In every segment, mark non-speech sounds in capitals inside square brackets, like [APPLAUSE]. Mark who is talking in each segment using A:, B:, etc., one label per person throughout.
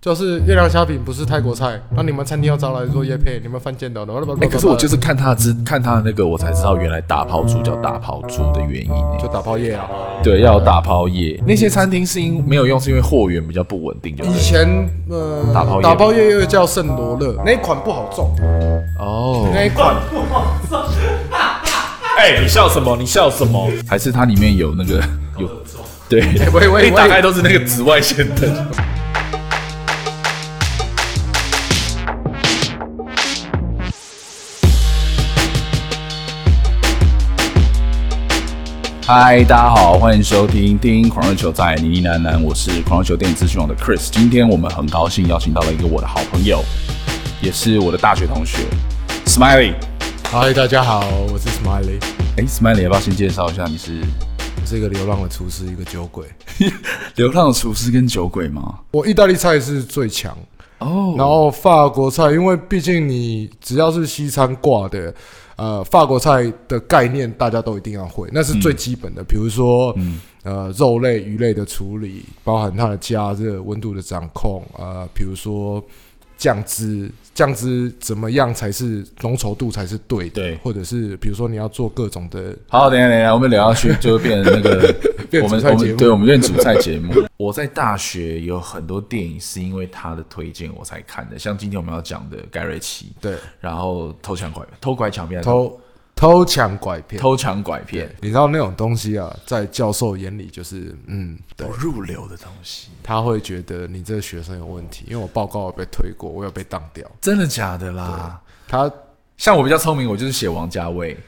A: 就是月亮虾饼不是泰国菜，那你们餐厅要招来做夜配，你们犯贱的。
B: 哎、可是我就是看他知看他的那个，我才知道原来打抛猪叫打抛猪的原因、欸。
A: 就打包夜啊。
B: 对，要有打抛业。那些餐厅是因没有用，是因为货源比较不稳定，就
A: 以
B: 是
A: 前呃，
B: 打包夜
A: 打包夜又叫圣罗勒，那一款不好种，
B: 哦。
A: 那一款
B: 哎、你笑什么？你笑什么？还是它里面有那个有对，
A: 喂喂
B: 一打开都是那个紫外线灯。嗨，大家好，欢迎收听《丁狂热球在呢呢喃喃》，我是狂热球电影资讯网的 Chris。今天我们很高兴邀请到了一个我的好朋友，也是我的大学同学，Smiley。
A: 嗨，大家好，我是 Smiley，
B: 哎，Smiley，要不要先介绍一下你是
A: 我是一个流浪的厨师，一个酒鬼。
B: 流浪的厨师跟酒鬼吗？
A: 我意大利菜是最强，
B: 哦，
A: 然后法国菜，因为毕竟你只要是西餐挂的，呃，法国菜的概念大家都一定要会，那是最基本的。比如说，
B: 嗯
A: 呃，肉类、鱼类的处理，包含它的加热、温度的掌控，呃，比如说酱汁，酱汁怎么样才是浓稠度才是对的，
B: 对
A: 或者是比如说你要做各种的，
B: 好，等一下等一下，我们聊下去就会变成那个
A: [LAUGHS] 变
B: 我
A: 主
B: 们
A: 菜
B: 我
A: 节目
B: 们对我们变主菜节目。 [LAUGHS] 我在大学有很多电影是因为他的推荐我才看的，像今天我们要讲的盖瑞奇，
A: 对，
B: 然后偷抢拐偷拐抢骗，
A: 偷偷抢拐骗。
B: 偷抢拐骗，
A: 你知道那种东西啊，在教授眼里就是，嗯，对，
B: 入流的东西，
A: 他会觉得你这个学生有问题，因为我报告有被推过，我有被当掉。
B: 真的假的啦？
A: 他，
B: 像我比较聪明，我就是写王家卫，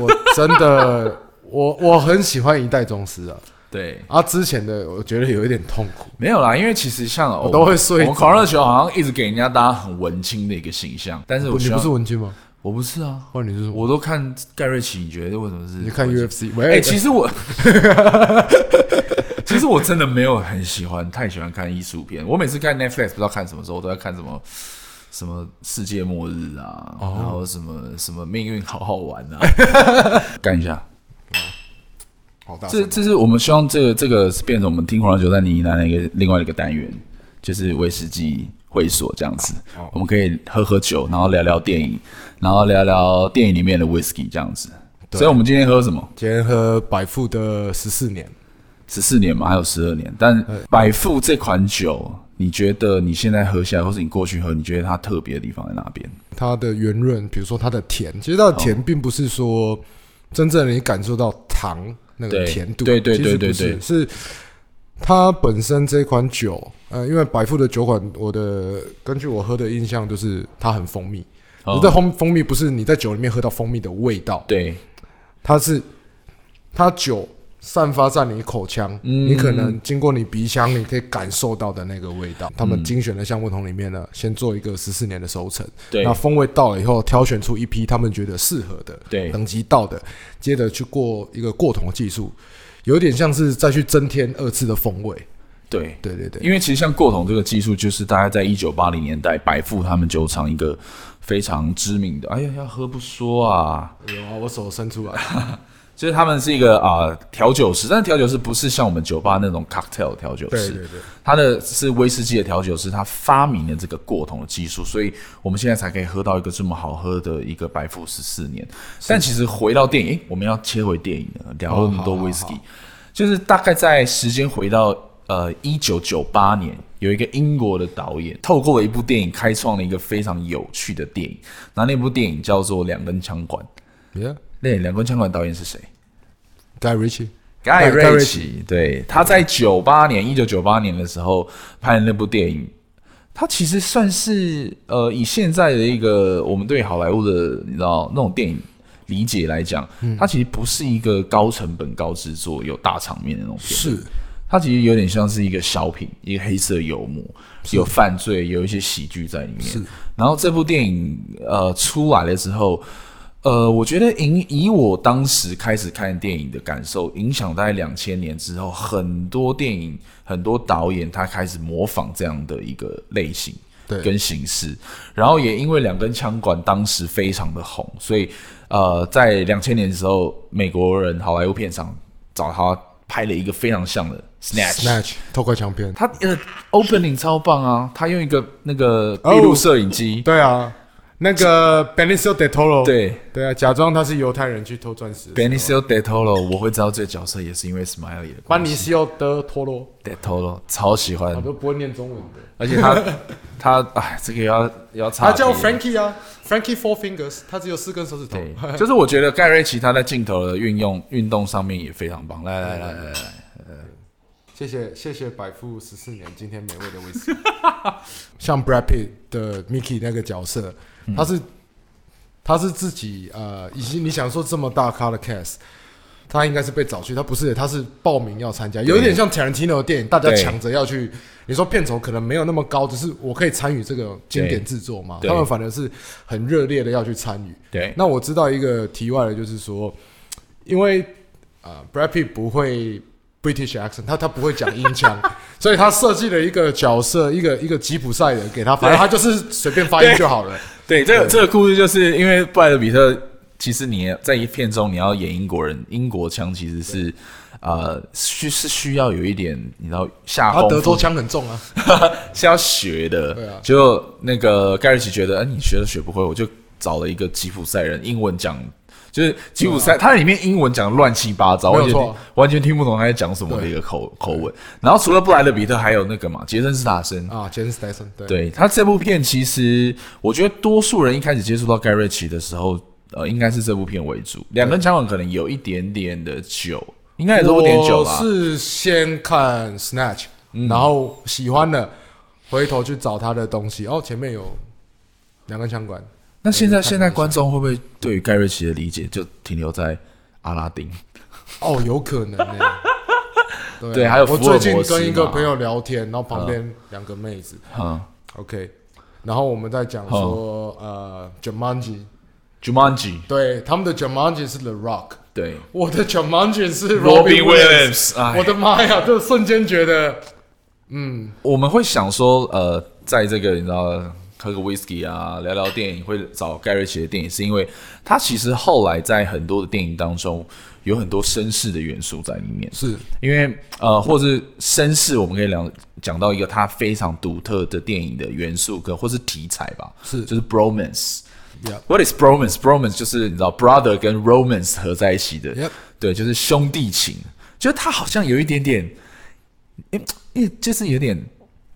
A: 我真的， [LAUGHS] 我我很喜欢一代宗师啊，
B: 对。
A: 啊，之前的我觉得有一点痛苦，
B: 没有啦，因为其实像我
A: 都会睡
B: 我们狂热球好像一直给人家大家很文青的一个形象，但是我
A: 你
B: 希
A: 不
B: 望
A: 是文青吗？
B: 我不是啊，
A: 或者你是什么？
B: 我都看盖瑞奇，你觉得为什么是？
A: 你看 UFC，
B: 哎、
A: 喂，
B: 其实我，其实我真的没有很喜欢，太喜欢看艺术片。我每次看 Netflix 不知道看什么时候，我都在看什么什么世界末日啊，然后什么什么命运好好玩啊，干一下。
A: 好大
B: 这
A: 声，
B: 这是我们希望这个这个是变成我们听《狂热球在呢喃》的一个另外一个单元，就是威士忌会所这样子，我们可以喝喝酒，然后聊聊电影，然后聊聊电影里面的 whisky 这样子。所以我们今天喝什么？
A: 今天喝百富的十四年，
B: 十四年嘛，还有十二年。但百富这款酒，你觉得你现在喝下来，或是你过去喝，你觉得它特别的地方在哪边？
A: 它的圆润，比如说它的甜，其实它的甜并不是说真正你感受到糖那个
B: 哦对
A: 甜度，
B: 对对对对
A: 其实
B: 对
A: 不是，是它本身这款酒，呃，因为百富的酒款，我的根据我喝的印象就是它很蜂蜜，
B: 哦
A: 你的蜂蜂蜜不是你在酒里面喝到蜂蜜的味道，
B: 对，
A: 它是它酒。散发在你口腔，你可能经过你鼻腔，你可以感受到的那个味道。他们精选的橡木桶里面呢，先做一个十四年的熟成，
B: 对
A: 那风味到了以后，挑选出一批他们觉得适合的，
B: 对
A: 等级到的，接着去过一个过桶的技术，有点像是再去增添二次的风味。
B: 对
A: 对对对，
B: 因为其实像过桶这个技术，就是大概在一九八零年代，百富他们酒厂一个非常知名的。哎呀，要喝不说啊，
A: 有啊，我手伸出来，
B: 就是他们是一个啊、调酒师，但是调酒师不是像我们酒吧那种 cocktail 调酒
A: 对
B: 师，
A: 对对
B: 他的是威士忌的调酒师，他发明了这个过桶的技术，所以我们现在才可以喝到一个这么好喝的一个白富十四年。但其实回到电影，诶我们要切回电影了，聊了那么多
A: 好好
B: whisky，、就是大概在时间回到呃一九九八年，有一个英国的导演透过了一部电影开创了一个非常有趣的电影，然后那部电影叫做《两根枪管》。
A: 你看
B: 那《两根枪管》导演是谁？
A: 盖瑞奇，盖盖
B: 盖瑞
A: 瑞
B: 奇，对，他在九八年，一九九八年的时候拍的那部电影，他其实算是呃，以现在的一个我们对好莱坞的你知道那种电影理解来讲，它其实不是一个高成本、高制作、有大场面的那种片，
A: 是
B: 它其实有点像是一个小品，一个黑色幽默，有犯罪，有一些喜剧在里面。然后这部电影呃出来了之后，呃，我觉得影以我当时开始看电影的感受，影响大概两千年之后，很多电影很多导演他开始模仿这样的一个类型。
A: 对
B: 跟形式，然后也因为两根枪管当时非常的红，所以呃，在两千年的时候，美国人好莱坞片场找他拍了一个非常像的 Snatch，
A: Snatch 偷快强片，
B: 他呃 opening 超棒啊，他用一个那个
A: 哦
B: 闭路摄影机，
A: 对啊，那个 Benicio del Toro，
B: 对
A: 对啊，假装他是犹太人去偷钻石的时候。
B: Benicio del Toro，我会知道这个角色也是因为 Smiley 的
A: 班
B: 关系
A: 尼西奥德托罗，
B: del Toro 超喜欢
A: 我，都不会念中文的。
B: 而且
A: [LAUGHS]
B: 他他哎，这个也要也要差
A: 他叫
B: 评
A: Frankie 啊，Frankie Four Fingers，他只有四根手指头。
B: 对，就是我觉得盖瑞奇他在镜头的运用运动上面也非常棒。来来来来来，
A: 谢谢谢谢百富十四年今天美味的威士 [LAUGHS] 忌。像 Brad Pitt 的 Mickey 那个角色，他是他是自己呃，以及你想说这么大咖的 cast，他应该是被找去，他不是，他是报名要参加，有一点像 Tarantino 的电影，大家
B: 对
A: 抢着要去。你说片酬可能没有那么高，只是我可以参与这个经典制作嘛？
B: 对
A: 他们反而是很热烈的要去参与。
B: 对，
A: 那我知道一个题外的，就是说，因为啊、b r a d Pitt 不会 British accent，他他不会讲英
B: [LAUGHS]
A: 腔，所以他设计了一个角色，一个一个吉普赛人给他，反正他就是随便发音就好了。
B: 对，这个这个故事就是因为布莱德比特，其实你在一片中你要演英国人，英国腔其实是呃需是需要有一点你知道下
A: 他
B: 风
A: 德州腔很重啊，
B: [LAUGHS] 是要学的。
A: 对啊
B: 就那个盖瑞奇觉得，哎、你学都学不会，我就找了一个吉普赛人，英文讲。就是吉普赛，他里面英文讲得乱七八糟，
A: 啊没有
B: 完全听
A: 错
B: 完全听不懂他在讲什么的一个口口吻。然后除了布莱德比特，还有那个嘛，杰森斯坦森，
A: 啊，杰森斯坦森，对，
B: 对他这部片，其实我觉得多数人一开始接触到盖瑞奇的时候，呃，应该是这部片为主。两根枪管可能有一点点的久，应该也都
A: 我
B: 不点久吧。嗯
A: 是先看 Snatch，、然后喜欢了，回头去找他的东西。哦，前面有两根枪管，
B: 那现在现在观众会不会对于盖瑞奇的理解就停留在阿拉丁？
A: 哦，有可能、
B: [LAUGHS]
A: 欸。对啊
B: 对还有福
A: 我
B: 尔摩
A: 最
B: 斯
A: 近跟一个
B: 嘛
A: 朋友聊天，然后旁边两个妹子
B: 嗯
A: ，OK，然后我们在讲说呃，Jumanji，
B: ，Jumanji，
A: 对，他们的 Jumanji 是 The Rock，
B: 对
A: 我的 Jumanji 是
B: ，Robin
A: Williams，
B: Williams，哎
A: 我，的妈呀，就瞬间觉得
B: 我们会想说，呃，在这个你知道喝个 whisky 啊，聊聊电影，会找盖瑞奇的电影，是因为他其实后来在很多的电影当中有很多绅士的元素在里面，
A: 是
B: 因为呃，或是绅士，我们可以聊讲到一个他非常独特的电影的元素跟或是题材吧，
A: 是
B: 就是 bromance。
A: Yep
B: What is bromance? Bromance 就是你知道 brother 跟 romance 合在一起的
A: Yep
B: 对，就是兄弟情。就是他好像有一点点，诶诶，就是有点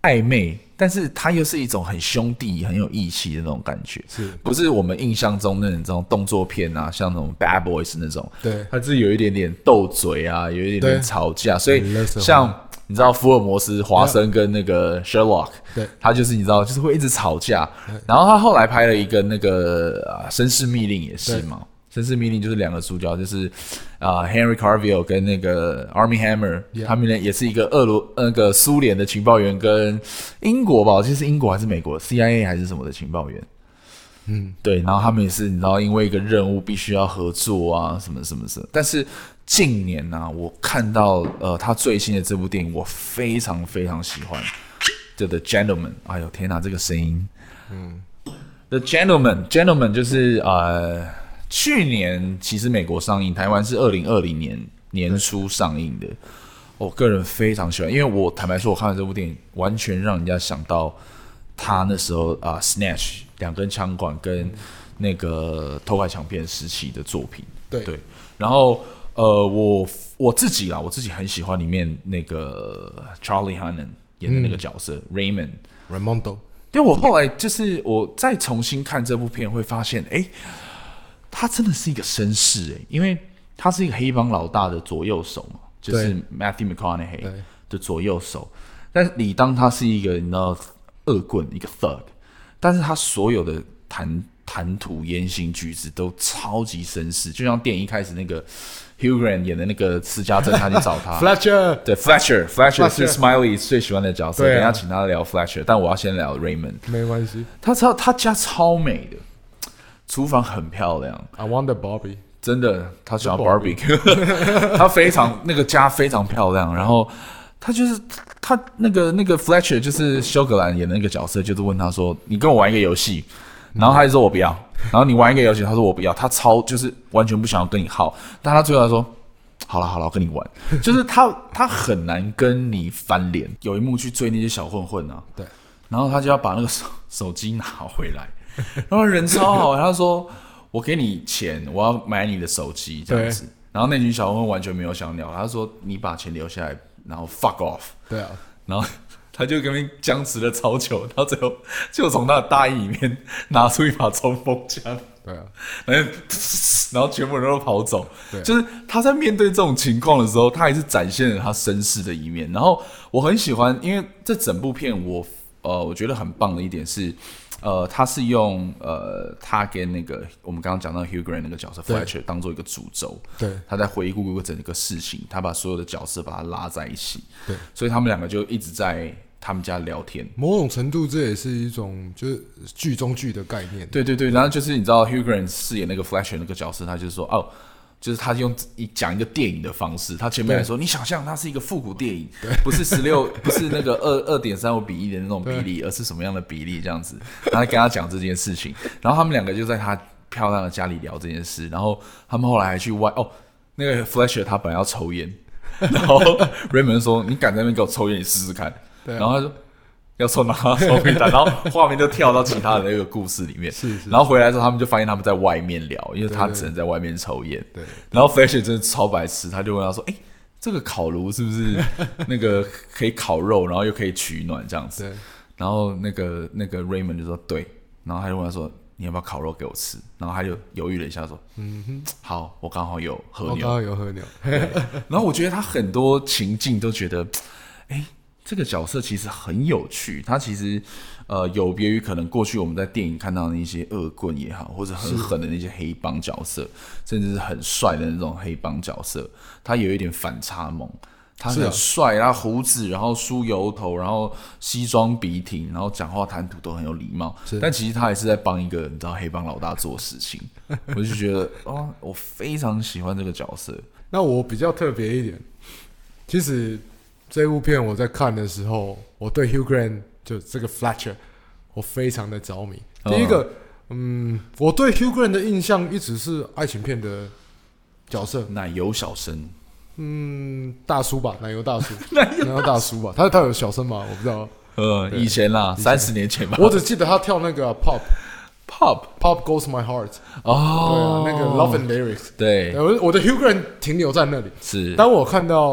B: 暧昧，但是他又是一种很兄弟、很有义气的那种感觉，
A: 是
B: 不是我们印象中那种动作片啊，像那种 Bad Boys 那种，
A: 对
B: 他是有一点点斗嘴啊，有一点
A: 对
B: 点吵架，所以
A: 很 lesser
B: 像你知道福尔摩斯、华生跟那个 Sherlock，
A: 对
B: 他就是你知道就是会一直吵架，然后他后来拍了一个那个啊《绅士密令》也是
A: 对
B: 嘛，《绅士密令》就是两个主角就是啊、Henry Carville 跟那个 Army Hammer，、
A: Yeah
B: 他们呢也是一个俄罗呃那个苏联的情报员跟英国吧，我记得是英国还是美国 CIA 还是什么的情报员。对，然后他们也是，你知道，因为一个任务必须要合作啊，什么什么什么。但是近年呢、我看到呃，他最新的这部电影，我非常非常喜欢，叫《The Gentleman》。哎呦天哪，这个声音！嗯，《The Gentleman》，Gentleman 就是呃，去年其实美国上映，台湾是二零二零年年初上映的。哦我个人非常喜欢，因为我坦白说，我看了这部电影，完全让人家想到他那时候啊、s n a t c h 两根枪管跟那个偷拍强片时期的作品。
A: 对
B: 对，然后呃，我我自己啦，我自己很喜欢里面那个呃 Charlie Hannon 演的那个角色、Raymond。
A: Ramondo，
B: 因为我后来就是我再重新看这部片，会发现，哎、他真的是一个绅士哎、因为他是一个黑帮老大的左右手嘛，就
A: 对
B: 是 Matthew McConaughey
A: 对
B: 的左右手。但是理当他是一个你知道恶棍，一个 thug，但是他所有的谈谈吐、言行举止都超级绅士，就像电影一开始那个 Hugh Grant 演的那个私家侦探去找他
A: Fletcher，
B: 对 Fletcher，Fletcher
A: Fletcher
B: 是 Smiley 最喜欢的角色，
A: 对啊
B: 等一下请他聊 Fletcher，但我要先聊 Raymond。
A: 没关系
B: 他超他家超美的，厨房很漂亮，
A: ，I want the Bobby，
B: 真的，他喜欢 barbecue，他非常那个家非常漂亮，然后他就是他那个那个 Fletcher 就是休格兰演的那个角色，就是问他说：“你跟我玩一个游戏。”然后他就说：“我不要。”然后你玩一个游戏，他说：“我不要。”他超就是完全不想要跟你耗，但他最后他说：“好了好了，我跟你玩， [LAUGHS] 就是他他很难跟你翻脸。有一幕去追那些小混混啊，
A: 对，
B: 然后他就要把那个手手机拿回来，然后人超好，他说我给你钱，我要买你的手机这样子。然后那群小混混完全没有想鸟，他说你把钱留下来，然后 fuck off。
A: 对啊，
B: 然后他就跟那边僵持了超久，到最后就从他的大衣里面拿出一把冲锋枪，
A: 对啊，
B: 然后然后全部人都跑走
A: 对。
B: 就是他在面对这种情况的时候，他还是展现了他绅士的一面。然后我很喜欢，因为这整部片我呃我觉得很棒的一点是。呃，他是用呃，他跟那个我们刚刚讲到 Hugh Grant 那个角色
A: 对
B: Fletcher 当做一个主轴，
A: 对
B: 他在回顾整个事情，他把所有的角色把它拉在一起，
A: 对，
B: 所以他们两个就一直在他们家聊天。
A: 某种程度这也是一种就是剧中剧的概念。
B: 对对对，然后就是你知道 Hugh Grant 饰演那个 Fletcher 那个角色，他就是说哦。就是他用一讲一个电影的方式，他前面来说，你想象它是一个复古电影，不是十
A: [LAUGHS]
B: 六，不是那个二二点三五比一的那种比例，而是什么样的比例这样子。然后跟他讲这件事情，然后他们两个就在他漂亮的家里聊这件事，然后他们后来还去外哦，那个 Fletcher 他本来要抽烟，然后 [LAUGHS] Raymond 说：“你敢在那边给我抽烟，你试试看。”
A: 对啊
B: 然后他说：“要抽哪
A: [LAUGHS]
B: 抽烟弹？”然后画面就跳到其他的那个故事里面。
A: 是是
B: 然后回来之后，他们就发现他们在外面聊，因为他
A: 对对
B: 只能在外面抽烟。
A: 对
B: 然后 Fletcher 真的超白痴，他就问他说：“哎、这个烤炉是不是那个可以烤肉，然后又可以取暖这样子？”
A: 对
B: 然后那个那个 Raymond 就说对，然后他就问他说你要不要烤肉给我吃？然后他就犹豫了一下说，嗯，好，我刚好有和
A: 我
B: 牛
A: 哦刚。刚有喝牛，
B: 然后我觉得他很多情境都觉得，哎，这个角色其实很有趣。他其实呃有别于可能过去我们在电影看到的那些恶棍也好，或者很狠的那些黑帮角色，甚至是很帅的那种黑帮角色，他有一点反差萌。他
A: 是啊
B: 很帅，然后胡子，然后梳油头，然后西装笔挺，然后讲话谈吐都很有礼貌。但其实他还是在帮一个你知道黑帮老大做事
A: [LAUGHS]
B: 情。我就觉得哦，我非常喜欢这个角色。
A: 那我比较特别一点，其实这部片我在看的时候，我对 Hugh Grant 就这个 Fletcher，我非常的着迷。
B: 嗯
A: 第一个，嗯，我对 Hugh Grant 的印象一直是爱情片的角色，
B: 奶油小生，
A: 嗯，大叔吧，奶油大叔， [LAUGHS] 哦奶油大叔吧，他他有小生吗？我不知道，
B: 呃，以前啦，三十年前吧。
A: 我只记得他跳那个 Pop
B: pop
A: Pop Goes My Heart，对啊
B: 哦，，
A: 那个 Love and Lyrics，
B: 对
A: 对我我的 Hugh Grant 停留在那里。
B: 是，
A: 当我看到，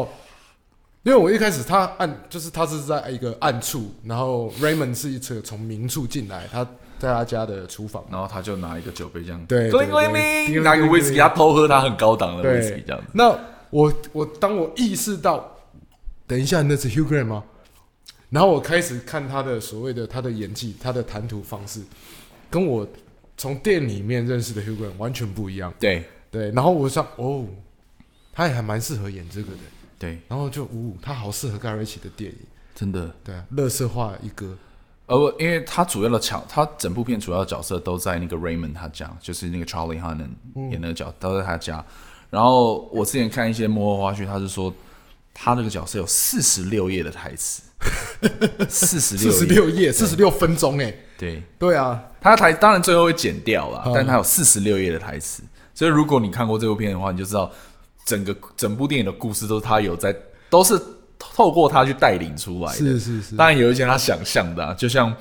A: 因为我一开始他暗就是他是在一个暗处，然后 Raymond 是一侧从明处进来，他在他家的厨房。
B: 然后他就拿一个酒杯这样，
A: 对对对
B: Gling Gling
A: 叮
B: Gling，拿个
A: 叮
B: whisky，
A: 叮
B: 他偷喝他很高档的 whisky
A: 对
B: 这样子，，
A: 那我我当我意识到，等一下那是 Hugh Grant 吗？然后我开始看他的所谓的他的演技、他的谈吐方式，跟我从店里面认识的 Hugh Grant 完全不一样。
B: 对
A: 对，然后我想，哦，他也还蛮适合演这个的。
B: 对，
A: 然后就，呜、他好适合盖瑞奇的电影。
B: 真的。
A: 对啊，乐色化一哥。
B: 呃，不因为他主要的角，他整部片主要的角色都在那个 Raymond 他家，就是那个 Charlie h u n n a n 演那个角，都在他家。然后我之前看一些幕后花絮，他是说他那个角色有四十六页的台 [LAUGHS] 词，四十
A: 四
B: 六，
A: 十，六页，四十六分钟哎、
B: 对，
A: 对啊，
B: 他的台当然最后会剪掉
A: 嗯
B: 啦，但他有四十六页的台词，所以如果你看过这部片的话，你就知道整个整部电影的故事都是他有在，都是透过他去带领出来的。
A: 是是是
B: 当然有一些他想象的、啊，就像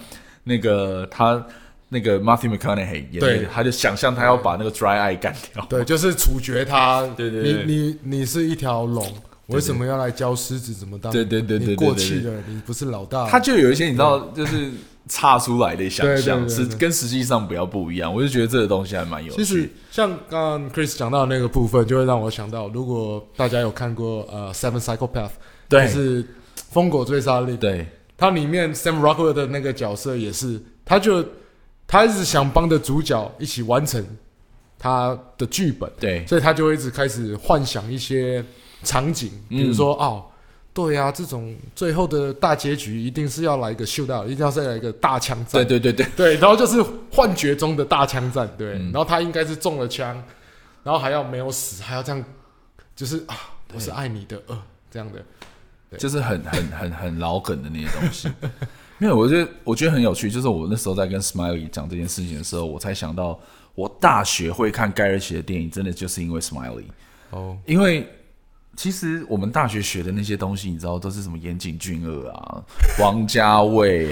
B: 那个他那个 Matthew McConaughey 演
A: 对
B: 的，他就想象他要把那个 Dry Eye 干掉。
A: 对，就是处决他。
B: 对对对
A: 你你你是一条龙，为什么要来教狮子怎么当？
B: 对对对对
A: 你
B: 对对
A: 过
B: 对
A: 气
B: 对
A: 了，你不是老大。
B: 他就有一些你知道，就是岔出来的想象，
A: 对对对
B: 是
A: 对
B: 跟实际上比较不一样。我就觉得这个东西还蛮有
A: 其实
B: 趣。
A: 像刚刚 Chris 讲到的那个部分，就会让我想到，如果大家有看过呃《Seven Psychopath》，
B: 对
A: 就是《疯狗追杀令》，
B: 对
A: 它里面 Sam Rockwell 的那个角色也是，他就他一直想帮着主角一起完成他的剧本，
B: 对
A: 所以他就会一直开始幻想一些场景，
B: 嗯
A: 比如说、哦，对呀、这种最后的大结局一定是要来一个秀到，一定要再来一个大枪战，
B: 对对对对，
A: 对然后就是幻觉中的大枪战，对，
B: 嗯
A: 然后他应该是中了枪，然后还要没有死，还要这样，就是啊，我是爱你的，呃，这样的，
B: 就是很 [LAUGHS] 很很很老梗的那些东西。没有，我觉得我觉得很有趣，就是我那时候在跟 Smiley 讲这件事情的时候，我才想到，我大学会看盖瑞奇的电影，真的就是因为 Smiley，
A: 哦，
B: 因为其实我们大学学的那些东西，你知道都是什么岩井俊二啊、王家 卫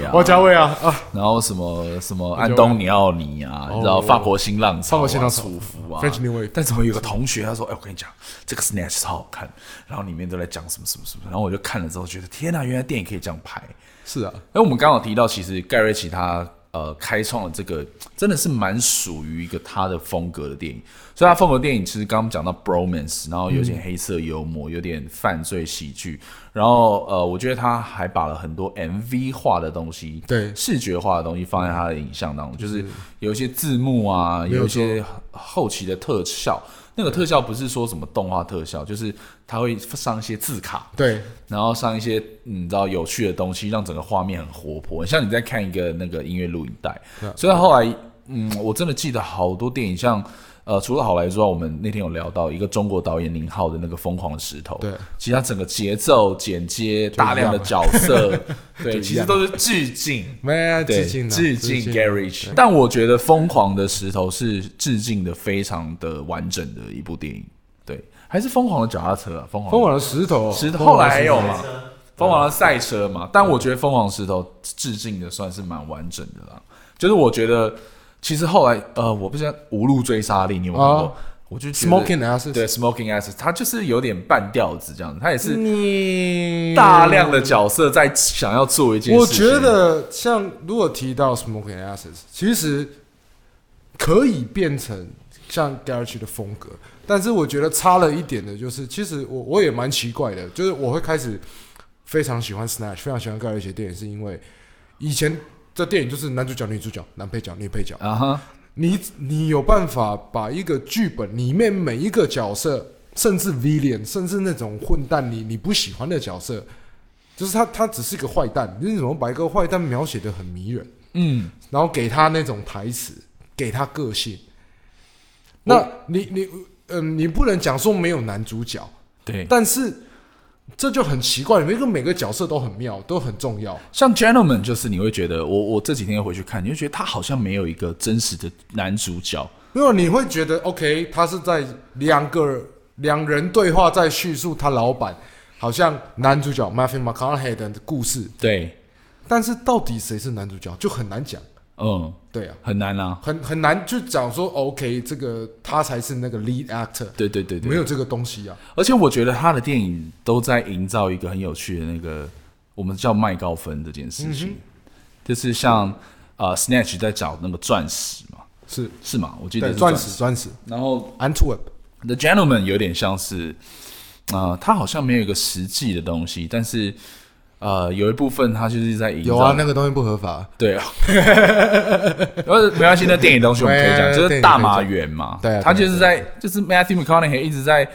A: [LAUGHS]
B: 啊、
A: 王家卫啊啊，
B: 然后什么什么安东尼奥尼啊，你知道法国新浪潮、
A: 哦法
B: 啊、
A: 国新浪潮
B: 楚服啊
A: French New Wave
B: 但怎么有个同学他说：“哎，我跟你讲，这个 Snatch 超好看。”然后里面都在讲什么什么什么，然后我就看了之后觉得天啊呐，原来电影可以这样拍。
A: 是啊，
B: 哎，我们刚好提到，其实盖瑞奇他呃开创了这个，真的是蛮属于一个他的风格的电影。所以他风格电影其实刚刚我们讲到 bromance，然后有点黑色幽默，有点犯罪喜剧，然后呃，我觉得他还把了很多 MV 化的东西，
A: 对
B: 视觉化的东西放在他的影像当中，就是有一些字幕啊，有一些后期的特效。那个特效不是说什么动画特效，就是他会上一些字卡，
A: 对，
B: 然后上一些嗯你知道有趣的东西，让整个画面很活泼，像你在看一个那个音乐录影带。所以后来，嗯，我真的记得好多电影，像呃，除了好莱坞之外，我们那天有聊到一个中国导演林浩的那个《疯狂的石头》，
A: 对，
B: 其实他整个节奏、剪接、大量的角色， [LAUGHS] 对，其实都是致敬。
A: 没
B: 对
A: 致敬啊
B: [LAUGHS] 致敬 Garage，但我觉得《疯狂的石头》是致敬的非常的完整的一部电影，对，还是《疯狂的脚踏车》啊，《疯狂的
A: 疯狂的石头，
B: 石头
A: 疯狂
B: 后
A: 的
B: 来还有
A: 石头
B: 嘛，疯狂的赛车嘛，但我觉得疯狂石头致敬的算是蛮完整的啦。就是我觉得其实后来呃，我不知道《无路追杀令》你有没有看过
A: 啊？
B: 我就觉得
A: Smoking 啊 Asses，
B: 对 Smoking Ass，他就是有点半吊子这样子，他也
A: 嗯
B: 是
A: 你
B: 大量的角色在想要做一件事
A: 我
B: 情。
A: 觉得像如果提到 Smoking Asses，其实可以变成像 Garage 的风格，但是我觉得差了一点的就是，其实我我也蛮奇怪的，就是我会开始非常喜欢 Snatch，非常喜欢 Garage 的电影，是因为以前的电影就是男主角、女主角、男配角、女配角，
B: 啊哈，
A: 你你有办法把一个剧本里面每一个角色，甚至 villain，甚至那种混蛋你你不喜欢的角色，就是他他只是一个坏蛋，你怎么把一个坏蛋描写的很迷人，
B: 嗯，
A: 然后给他那种台词，给他个性？那你你嗯、你不能讲说没有男主角，
B: 对。
A: 但是这就很奇怪，每个每个角色都很妙，都很重要。
B: 像 Gentleman 就是你会觉得我我这几天又回去看，你会觉得他好像没有一个真实的男主角，
A: 没有，你会觉得 OK，他是在两个两人对话，在叙述他老板，好像男主角 Matthew McConaughey 的故事，
B: 对，
A: 但是到底谁是男主角就很难讲。
B: 嗯，
A: 对啊，
B: 很难啊。
A: 很很难去讲说 OK，这个他才是那个 lead actor，
B: 对对对对，
A: 没有这个东西啊。
B: 而且我觉得他的电影都在营造一个很有趣的那个，我们叫麦高芬这件事情，就是像呃，Snatch 在找那个钻石嘛，
A: 是，
B: 是吗？我记得
A: 对，
B: 是
A: 钻
B: 石。
A: 石，钻石
B: 然后
A: ，Antwerp，
B: The Gentleman 有点像是，啊、他好像没有一个实际的东西，但是呃，有一部分他就是在营造
A: 有啊，那个东西不合法，
B: 对 [LAUGHS] 啊，呃，没关系，那电影东西我们可以讲，
A: 对
B: 就是大麻园嘛，
A: 对啊对啊
B: 他就是在，就是 Matthew McConaughey 一直在，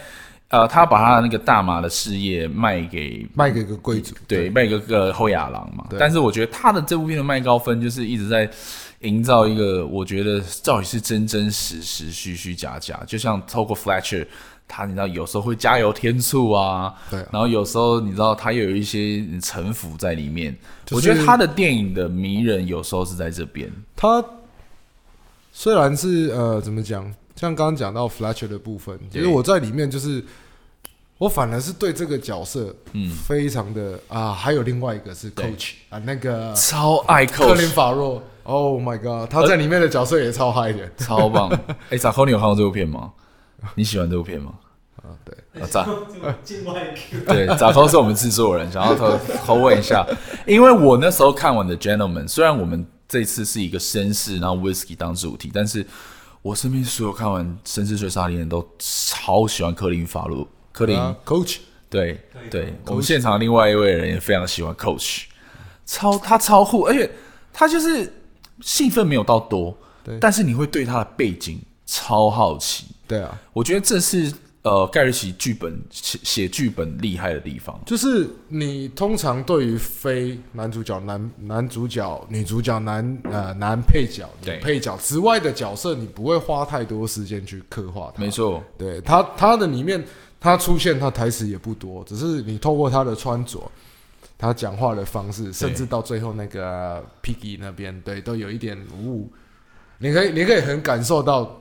B: 呃，他把他的那个大麻的事业卖给，
A: 卖给一个贵族。
B: 对，卖给个后亚郎嘛
A: 对，
B: 但是我觉得他的这部片的麦高芬就是一直在营造一个，我觉得到底是真真实实、虚虚假假，就像透过 Fletcher。他你知道有时候会加油添醋啊，
A: 对啊
B: 然后有时候你知道他又有一些城府在里面。
A: 就是
B: 我觉得他的电影的迷人有时候是在这边，
A: 他虽然是呃，怎么讲？像刚刚讲到 Fletcher 的部分，其实我在里面就是，我反而是对这个角色，嗯，非常的啊。还有另外一个是 Coach 啊，那个
B: 超爱
A: 克林
B: coach，
A: 法洛，Oh my God，他在里面的角色也超嗨的
B: 呃超棒。哎，傻扣，你有看过这部片吗？你喜欢这部片吗？
A: 啊。对，
B: 啊，
C: [LAUGHS]
B: 咋？
C: 境 [LAUGHS] 外 Q，
B: 对，早涛是我们制作人，想要偷偷问一下，因为我那时候看完的《Gentleman》，虽然我们这次是一个绅士，然后 Whisky 当主题，但是我身边所有看完《绅士追杀令》的人都超喜欢科林法洛，科林、
A: [LAUGHS] 啊，Coach
B: 对对，我们现场另外一位人也非常喜欢 Coach，超他超酷，而且他就是兴奋没有到多
A: 对，
B: 但是你会对他的背景超好奇。
A: 对啊，
B: 我觉得这是呃盖瑞奇剧本写写剧本厉害的地方。
A: 就是你通常对于非男主角、男男主角、女主角、男呃男配角、
B: 对
A: 女配角之外的角色，你不会花太多时间去刻画它。
B: 没错，
A: 对他他的里面，他出现他台词也不多，只是你透过他的穿着，他讲话的方式，甚至到最后那个 Piggy 那边，对，都有一点呜，你可以你可以很感受到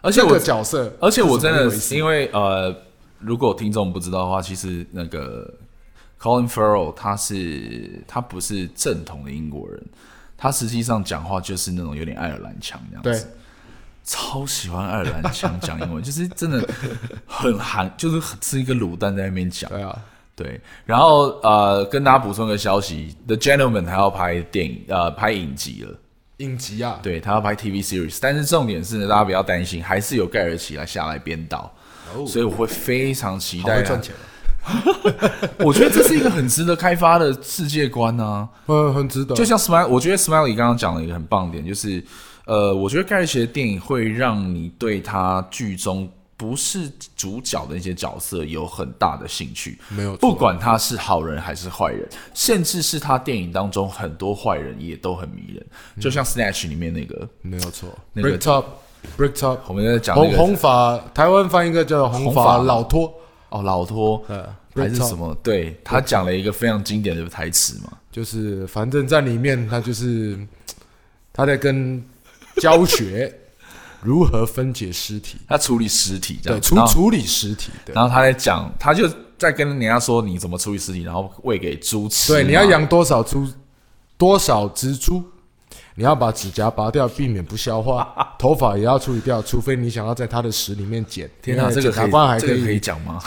B: 而且
A: 这
B: 我
A: 个角色，
B: 而且我真的
A: 是
B: 因为呃如果听众不知道的话，其实那个 Colin Farrell 他是他不是正统的英国人，他实际上讲话就是那种有点爱尔兰腔那样
A: 对
B: 子。超喜欢爱尔兰腔讲英文，就是真的很韩， [LAUGHS] 就是很是一个卤蛋在那边讲。
A: 对啊，
B: 对，然后呃，跟大家补充个消息，《The Gentleman》还要拍电影，呃，拍影集了。
A: 影集啊，
B: 对他要拍 TV series，但是重点是呢，大家不要担心，还是有盖尔奇来下来编导，所以我会非常期
A: 哦好
B: 待
A: 会
B: 他
A: 赚钱，啊
B: 我觉得这是一个很值得开发的世界观啊。
A: 嗯，很值得。
B: 就像 Smile，我觉得 Smiley 刚刚讲了一个很棒的点，就是呃，我觉得盖瑞奇的电影会让你对他剧中不是主角的那些角色有很大的兴趣，
A: 没有错
B: 不管他是好人还是坏人，甚至是他电影当中很多坏人也都很迷人，
A: 嗯
B: 就像 Snatch 里面那个，
A: 没有错
B: 那个
A: ，Brick Top，Brick Top，
B: 我们在讲那
A: 红
B: 个
A: 红发，台湾翻译应该叫红
B: 红发
A: 发老托，
B: 哦老托
A: 呃，
B: 还是什么，对他讲了一个非常经典的台词嘛，
A: 就是反正在里面他就是他在跟教学如何分解尸体，
B: 他处理尸体这
A: 对，
B: 样，
A: 处
B: 然后
A: 处理尸体的。
B: 然后他在讲，他就在跟人家说你怎么处理尸体，然后喂给猪吃嘛。
A: 对，你要养多少猪，多少只猪，你要把指甲拔掉，避免不消
B: [LAUGHS]
A: 化，头发也要处理掉，除非你想要在它的屎里面剪。
B: 天哪，
A: 因为
B: 这个
A: 检察
B: 可以，
A: 官还
B: 这个可
A: 以
B: 以。讲吗？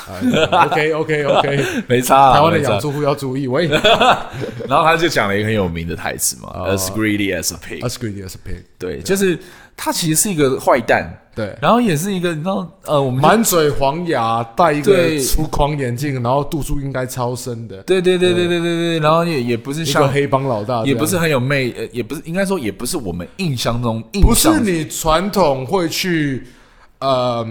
A: OK OK
B: [LAUGHS]
A: OK，
B: 没差啊，
A: 台湾的
B: 没差
A: 养猪户要注意。喂 [LAUGHS] 啊
B: 然后他就讲了一个很有名的台词嘛，as greedy as a pig。
A: ，As greedy as a pig，
B: 对，就是他其实是一个坏蛋，
A: 对，
B: 然后也是一个你知道，呃，我们就
A: 满嘴黄牙，戴一个
B: 对
A: 粗框眼镜，然后度数应该超深的，
B: 对对对对对对对，然后也也不是
A: 一个
B: 像，
A: 黑帮老大这样，
B: 也不是很有魅，呃，也不是应该说也不是我们印象中印
A: 不
B: 象
A: 是你传统会去，呃，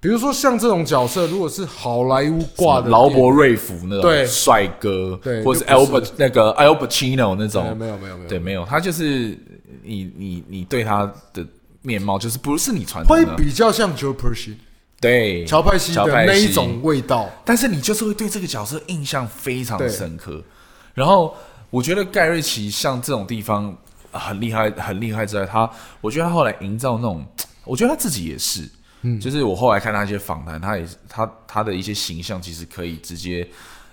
A: 比如说像这种角色，如果是好莱坞挂的
B: 嗯劳
A: 电影
B: 勃瑞福那
A: 对
B: 种帅哥，
A: 对
B: 或是
A: 就不
B: Albert 那个 Al Pacino 那
A: 哎
B: 种，
A: 没有没有没有，
B: 对，没有，他就是你你你对他的面貌就是不是你传统
A: 会
B: 的，
A: 比较像 Joe Pesci、
B: 对，
A: 乔派西的
B: 啊乔派
A: 那一
B: 西
A: 种味道。
B: 但是你就是会对这个角色印象非常
A: 对
B: 深刻。然后我觉得盖瑞奇像这种地方呃很厉害，很厉害之外，他我觉得他后来营造那种，我觉得他自己也是，嗯，就是我后来看他一些访谈，他也是他他的一些形象其实可以直接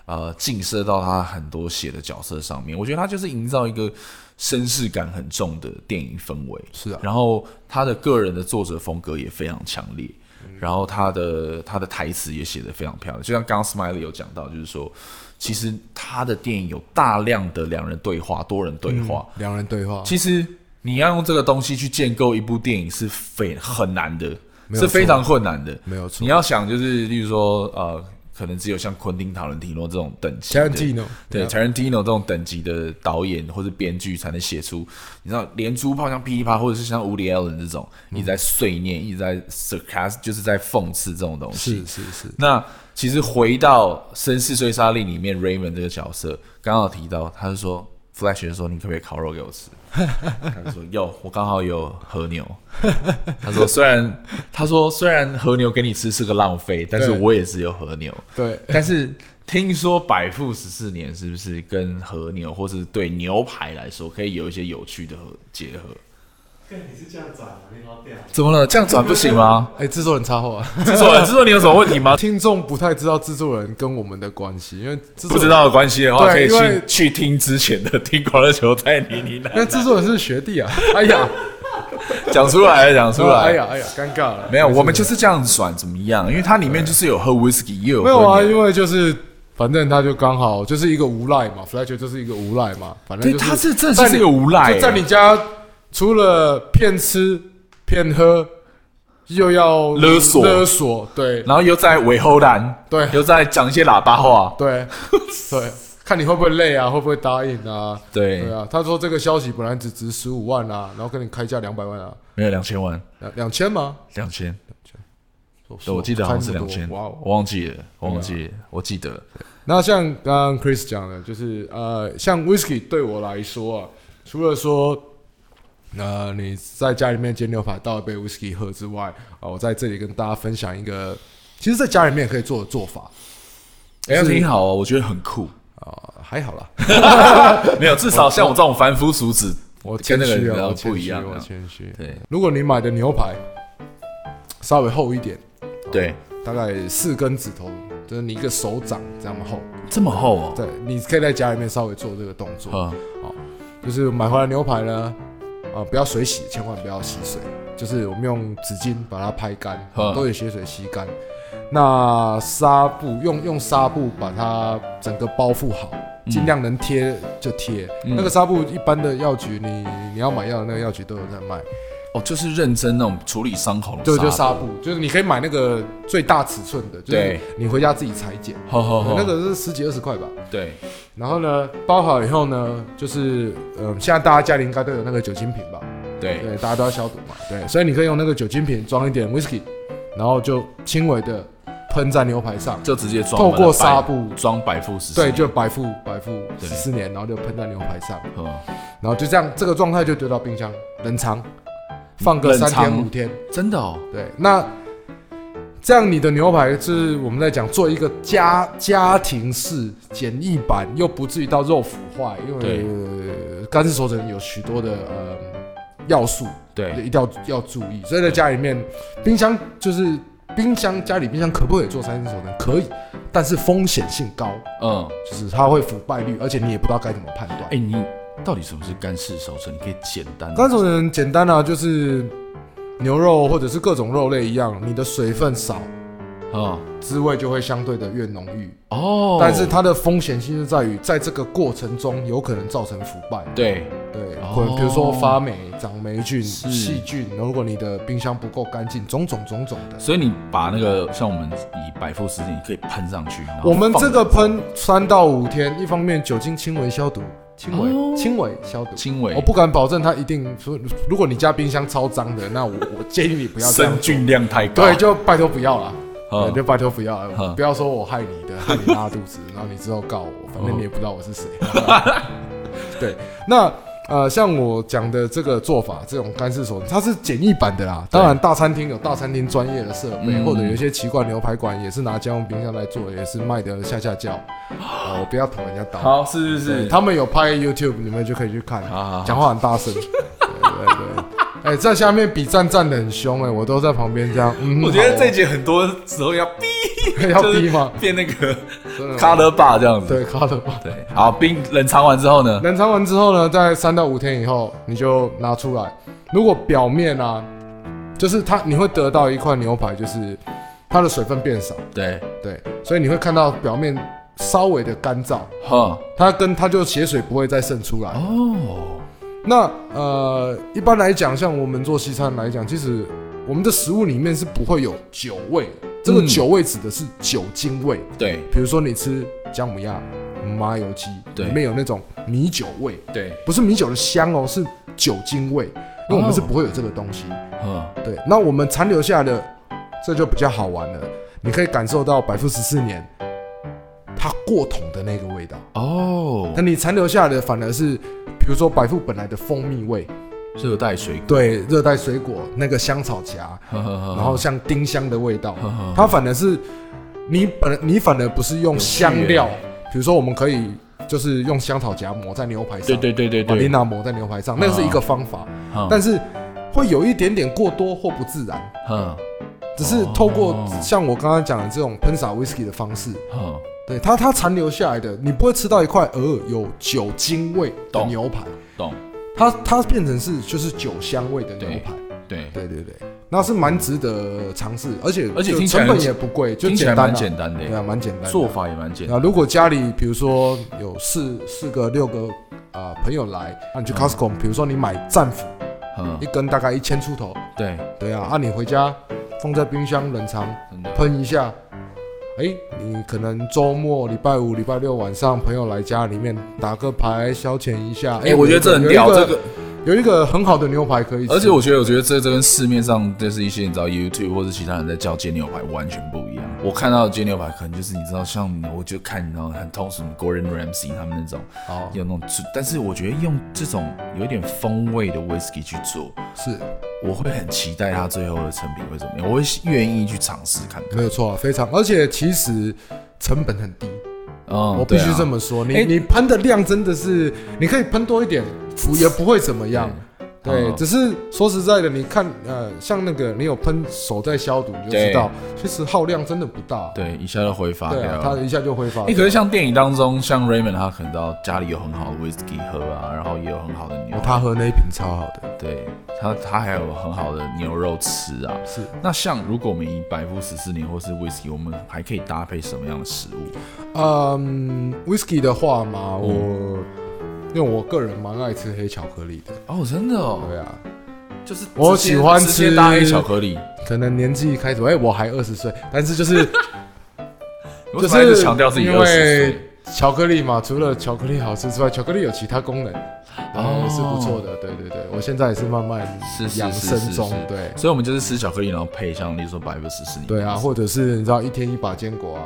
B: 呃映射到他很多写的角色上面。我觉得他就是营造一个绅士感很重的电影氛围，
A: 是啊
B: 然后他的个人的作者风格也非常强烈，然后他的他的台词也写得非常漂亮。就像刚刚 Smiley 有讲到，就是说，其实他的电影有大量的两人对话、多人对话。
A: 两人对话，
B: 其实你要用这个东西去建构一部电影是非很难的，
A: 没有
B: 是非常困难的。
A: 没有错
B: 你要想就是，例如说呃，可能只有像昆汀·塔伦提诺这种等级
A: 乔
B: 的
A: 恩蒂诺
B: 对 Tarantino 这种等级的导演或者编剧才能写出，你知道连珠炮像噼里啪啦，或者是像 Woody Allen 这种一直在碎念、一直在 sarcasm，就是在讽刺这种东西
A: 是。是是，
B: 那其实回到《绅士追杀令》里面，Raymond 这个角色，刚刚有提到，他就说 Flash 就说你可不可以烤肉给我吃？ [LAUGHS] 他就说有，我刚好有和牛。 [LAUGHS] 他说虽然他说虽然和牛给你吃是个浪费，但是
A: 对
B: 我也是有和 [LAUGHS] 牛。
A: 对， [LAUGHS]
B: 但是听说百富十四年是不是跟和牛，或是对牛排来说，可以有一些有趣的合结合？
C: 看你是这样转的，你老屌。
B: 怎么了？这样转啊不行 [LAUGHS] 吗？
A: 哎，制作人插话， [LAUGHS]
B: 制作人，制作人有什么问题吗？
A: 听众不太知道制作人跟我们的关系，因为制
B: 不
A: 作
B: 知
A: 人，
B: 道的关系的话，
A: 对
B: 可以
A: 因为
B: 去去听之前的《听狂热球在你你
A: 因为制作人是学弟
B: [LAUGHS]
A: 啊，哎 [LAUGHS] 呀，
B: 讲出
A: [LAUGHS]
B: 来，讲出来。
A: 哎呀哎呀，尴尬了，
B: 没有，我们就是这样转，怎么样？因为它里面就是有喝 whisky，也有
A: 没有
B: 喝
A: 啊，
B: 牛
A: 因为就是。反正他就刚好就是一个无赖嘛，Fletcher 就是一个无赖嘛，反正
B: 对，
A: 就是
B: 他是真的
A: 在
B: 是
A: 你
B: 一个无赖、
A: 就在你家，除了骗吃骗喝，又要
B: 勒索
A: 勒索，对
B: 然后又在尾后栏，
A: 对
B: 又在讲一些喇叭话，
A: 对对，看你会不会累啊，会不会答应啊？
B: 对，
A: 对啊，他说这个消息本来只值十五万啊，然后跟你开价两百万啊，
B: 没有两千万，
A: 两两千吗？
B: 两千。
A: 对
B: 对，我记得好像是两千，
A: 哇哦！啊
B: 我忘记了，我忘记了，我记得了，
A: 那像刚刚 Chris 讲的，就是呃，像 Whisky 对我来说啊，除了说。呃，你在家里面煎牛排倒一杯 whisky 喝之外，啊、我在这里跟大家分享一个，其实在家里面也可以做的做法，
B: 哎，
A: 是
B: 挺好啊，我觉得很酷。
A: 啊、还好啦，
B: 没有，至少像我这种凡夫俗子，
A: 我
B: 跟
A: 谦
B: 那个
A: 虚
B: 人
A: 啊，我
B: 比较
A: 谦
B: 不一
A: 虚，
B: 样啊
A: 我谦虚。
B: 对
A: 如果你买的牛排稍微厚一点，
B: 对，
A: 大概四根指头就是你一个手掌这么厚。
B: 这么厚哦。
A: 对，你可以在家里面稍微做这个动作，
B: 嗯，
A: 就是买回来牛排呢，呃，不要水洗，千万不要洗水，就是我们用纸巾把它拍干，
B: 嗯
A: 都有血水吸干。那纱布用用纱布把它整个包覆好，
B: 嗯
A: 尽量能贴就贴。那个纱布一般的药局你你要买药的那个药局都有在卖，
B: 哦，就是认真那种处理伤口的
A: 对，就纱
B: 纱
A: 布，就是你可以买那个最大尺寸的，就是
B: 对哦
A: 你回家自己裁剪，
B: 布，好好好，
A: 那个是十几二十块吧。
B: 对，
A: 然后呢，包好以后呢，就是呃，现在大家家里应该都有那个酒精瓶吧？
B: 对，
A: 对，大家都要消毒嘛。对，所以你可以用那个酒精瓶装一点 whisky，然后就轻微的喷在牛排上，
B: 就直接装
A: 透
B: 满了
A: 过纱
B: 白
A: 布，
B: 装白富十四
A: 对，
B: 年
A: 就白富白富十
B: 对
A: 四年，然后就喷在牛排上，
B: 嗯，
A: 然后就这样，这个状态就丢到冰箱冷藏，放个
B: 冷
A: 三
B: 藏
A: 天五天。
B: 真的哦，
A: 对，那这样你的牛排就是我们在讲做一个家家庭式简易版，又不至于到肉腐坏，因为
B: 对
A: 呃干式熟成有许多的呃要素，
B: 对，
A: 一定要要注意。所以在家里面，冰箱就是冰箱，家里冰箱可不可以做三式熟成？可以，但是风险性高，
B: 嗯，
A: 就是它会腐败率，而且你也不知道该怎么判断。
B: 哎，你到底什么是干式熟成？你可以简单
A: 干熟成简单啊，就是牛肉或者是各种肉类一样，你的水分少。
B: 嗯，
A: 滋味就会相对的越浓郁，
B: 哦，
A: 但是它的风险性是在于，在这个过程中有可能造成腐败，
B: 对，
A: 对，
B: 哦
A: 可能比如说发霉、长霉菌、
B: 是
A: 细菌，如果你的冰箱不够干净，种种种种的。
B: 所以你把那个像我们以百富十四，你可以喷上去，然后
A: 我们
B: 放
A: 这个喷三到五天，一方面酒精轻微消毒，轻
B: 哦
A: 微轻微消毒，
B: 轻微
A: 我不敢保证它一定说，如果你家冰箱超脏的，那我我建议你不要这样做
B: 生菌量太高，
A: 对，就拜托不要了。
B: 嗯
A: 对就拜托不要了，
B: 嗯
A: 不要说我害你的，害你拉肚子，然后你之后告我，反正你也不知道我是谁。
B: 嗯
A: [LAUGHS] 对，那呃，像我讲的这个做法，这种干式手，它是简易版的啦。当然，大餐厅有大餐厅专业的设备，
B: 嗯
A: 或者有一些奇怪牛排馆也是拿家用冰箱来做，也是卖的下下叫。呃我不要捅人家刀。
B: 好，是是
A: 对
B: 是，
A: 他们有拍 YouTube，你们就可以去看
B: 好好好，
A: 讲话很大声。对对对，哎、在下面比赞赞的很凶哎、我都在旁边这样。嗯，
B: 我觉得
A: 好
B: 这一集很多时候要逼，
A: 哦要逼吗？
B: 变那个
A: 真的吗
B: [LAUGHS] color bar 这样子。
A: 对，卡的吧。
B: 对，好，冰冷藏完之后呢？
A: 冷藏完之后呢，在三到五天以后，你就拿出来。如果表面啊，就是它，你会得到一块牛排，就是它的水分变少，
B: 对，
A: 对，所以你会看到表面稍微的干燥，
B: 哼，
A: 它跟它就血水不会再渗出来。
B: 哦，
A: 那呃，一般来讲，像我们做西餐来讲，其实我们的食物里面是不会有酒味的。这个
B: 嗯
A: 酒味指的是酒精味，
B: 对
A: 比如说你吃姜母鸭、麻油鸡，
B: 对
A: 里面有那种米酒味，
B: 对，
A: 不是米酒的香哦，是酒精味，因为我们
B: 哦
A: 是不会有这个东西。
B: 嗯，
A: 对，那我们残留下来的，这就比较好玩了，你可以感受到百富十四年它过桶的那个味道，
B: 哦
A: 那，你残留下来的反而是，比如说百富本来的蜂蜜味，
B: 热带
A: [LAUGHS]
B: 水果，
A: 对，热带水果那个香草荚，
B: 呵呵呵
A: 然后像丁香的味道
B: 呵呵，
A: 它反而是你本你反而不是用
B: 有趣
A: 香
B: 耶
A: 料，比如说我们可以就是用香草荚抹在牛排上
B: 对，对对对
A: 把琳
B: 对，
A: 娜抹在牛排上，那是一个方法，
B: 嗯
A: 但是会有一点点过多或不自然。
B: 嗯
A: 只是透过
B: 哦
A: 像我刚刚讲的这种喷洒 whisky 的方式，
B: 嗯，
A: 对它它残留下来的，你不会吃到一块偶尔有酒精味的
B: 懂
A: 牛排，
B: 懂，
A: 它它变成是就是酒香味的牛排，
B: 对，
A: 对对对，那是蛮值得尝试，而且
B: 而且
A: 就
B: 听起来
A: 成本
B: 很
A: 也不贵，就
B: 听起
A: 简
B: 来
A: 单
B: 蛮
A: 啊
B: 简单的
A: 对
B: 耶，
A: 啊，蛮简单的
B: 做法也蛮简单
A: 啊，如果家里比如说有四四个六个啊、呃朋友来，那你去 Costco，比如说你买战斧
B: 的，嗯
A: 啊一，根大概一千出头，
B: 对，
A: 对啊，啊你回家放在冰箱冷藏，
B: 真的，
A: 喷一下。哎、你可能周末、礼拜五、礼拜六晚上，朋友来家里面打个牌消遣一下。
B: 哎，我觉得这很
A: 有一
B: 屌，
A: 有一
B: 这个。
A: 有一个很好的牛排可以吃。
B: 而且我觉得，我觉得这这跟市面上就是一些你知道 YouTube 或者其他人在叫煎牛排完全不一样。我看到的煎牛排可能就是你知道，像我就看你知道很通俗的 Gordon Ramsay 他们那种
A: 哦，
B: 有那种，但是我觉得用这种有一点风味的 whisky 去做，
A: 是
B: 我会很期待它最后的成品会怎么样，我会愿意去尝试看看。
A: 没有错、啊，非常。而且其实成本很低，
B: 嗯，
A: 我必须
B: 对啊
A: 这么说。你、
B: 哎
A: 你喷的量真的是，你可以喷多一点，也不会怎么样。对，
B: 嗯
A: 只是说实在的，你看，呃，像那个你有喷手在消毒，你就知道，其实耗量真的不大。
B: 对，啊一下就挥发掉
A: 对啊，它
B: 了。
A: 一下就挥发
B: 哎、
A: 掉。
B: 可是像电影当中，像 Raymond 他可能到家里有很好的 whisky 喝啊，然后也有很好的牛
A: 哦，他喝那一瓶超好的，
B: 对他，他还有很好的牛肉吃啊。
A: 是
B: 那像如果我们以百富十四年或是 whisky，我们还可以搭配什么样的食物？
A: 嗯，whisky 的话嘛，
B: 嗯
A: 我因为我个人蛮爱吃黑巧克力的，
B: 哦，真的哦，
A: 对啊，
B: 就是直接
A: 我喜欢吃
B: 直接搭黑巧克力。
A: 可能年纪开始，哎，我还二十岁，但是就是
B: [LAUGHS] 我
A: 就
B: 本来一直
A: 是
B: 强调自己
A: 因
B: 二十
A: 为
B: 岁，
A: 巧克力嘛，除了巧克力好吃之外，巧克力有其他功能，
B: 哦
A: 哦，是不错的。对对对，我现在也是慢慢
B: 是是
A: 养
B: 是
A: 生
B: 是
A: 中
B: 是，
A: 对
B: 所以我们就是吃巧克力，然后配像例如说百富十四年。
A: 对啊，或者是你知道一天一把坚果啊，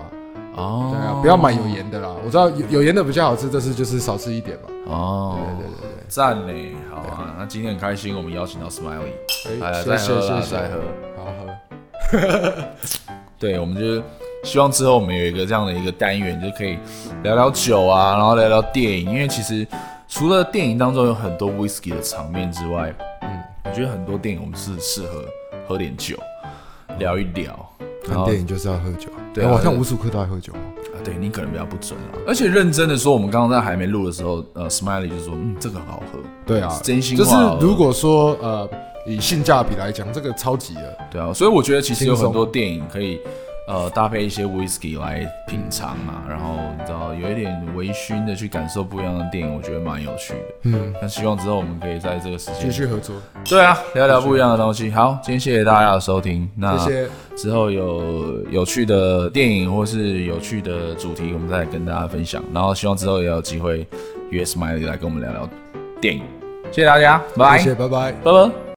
B: 哦，
A: 对啊，不要买有盐的啦。我知道有有盐的比较好吃，但是就是少吃一点嘛。
B: 哦，
A: 对对对对。
B: 赞嘞，好啊，那今天很开心，我们邀请到 Smiley，哎呀
A: 哎，
B: 再
A: 谢
B: 喝
A: 谢
B: 啦
A: 谢谢，
B: 再喝
A: 好喝。
B: 对，我们就是希望之后我们有一个这样的一个单元，就可以聊聊酒啊，然后聊聊电影，因为其实除了电影当中有很多 whisky 的场面之外，
A: 嗯，
B: 我觉得很多电影我们是适合喝点酒，聊一聊。然
A: 看
B: 后
A: 电影就是要喝酒，
B: 对啊
A: 哎我好像无数科都爱喝酒哦。
B: 啊，对你可能比较不准啊。而且认真的说，我们刚刚在还没录的时候，呃，Smiley 就说，嗯，这个很好喝。
A: 对啊，
B: 真心
A: 就是
B: 话哦
A: 如果说呃，以性价比来讲，这个超级的。
B: 对啊，所以我觉得其实有
A: 轻松
B: 很多电影可以，呃，搭配一些 whisky 来品尝啊，然后你知道有一点微醺的去感受不一样的电影，我觉得蛮有趣的。
A: 嗯，
B: 那希望之后我们可以在这个时
A: 继
B: 间，
A: 续合作，
B: 对啊，聊聊不一样的东西。好，今天谢谢大家的收听，那
A: 谢谢，
B: 之后有有趣的电影或是有趣的主题，我们再来跟大家分享。然后希望之后也有机会约 Smiley 来跟我们聊聊电影。谢谢大家，拜
A: 谢谢，拜拜。
B: 拜拜。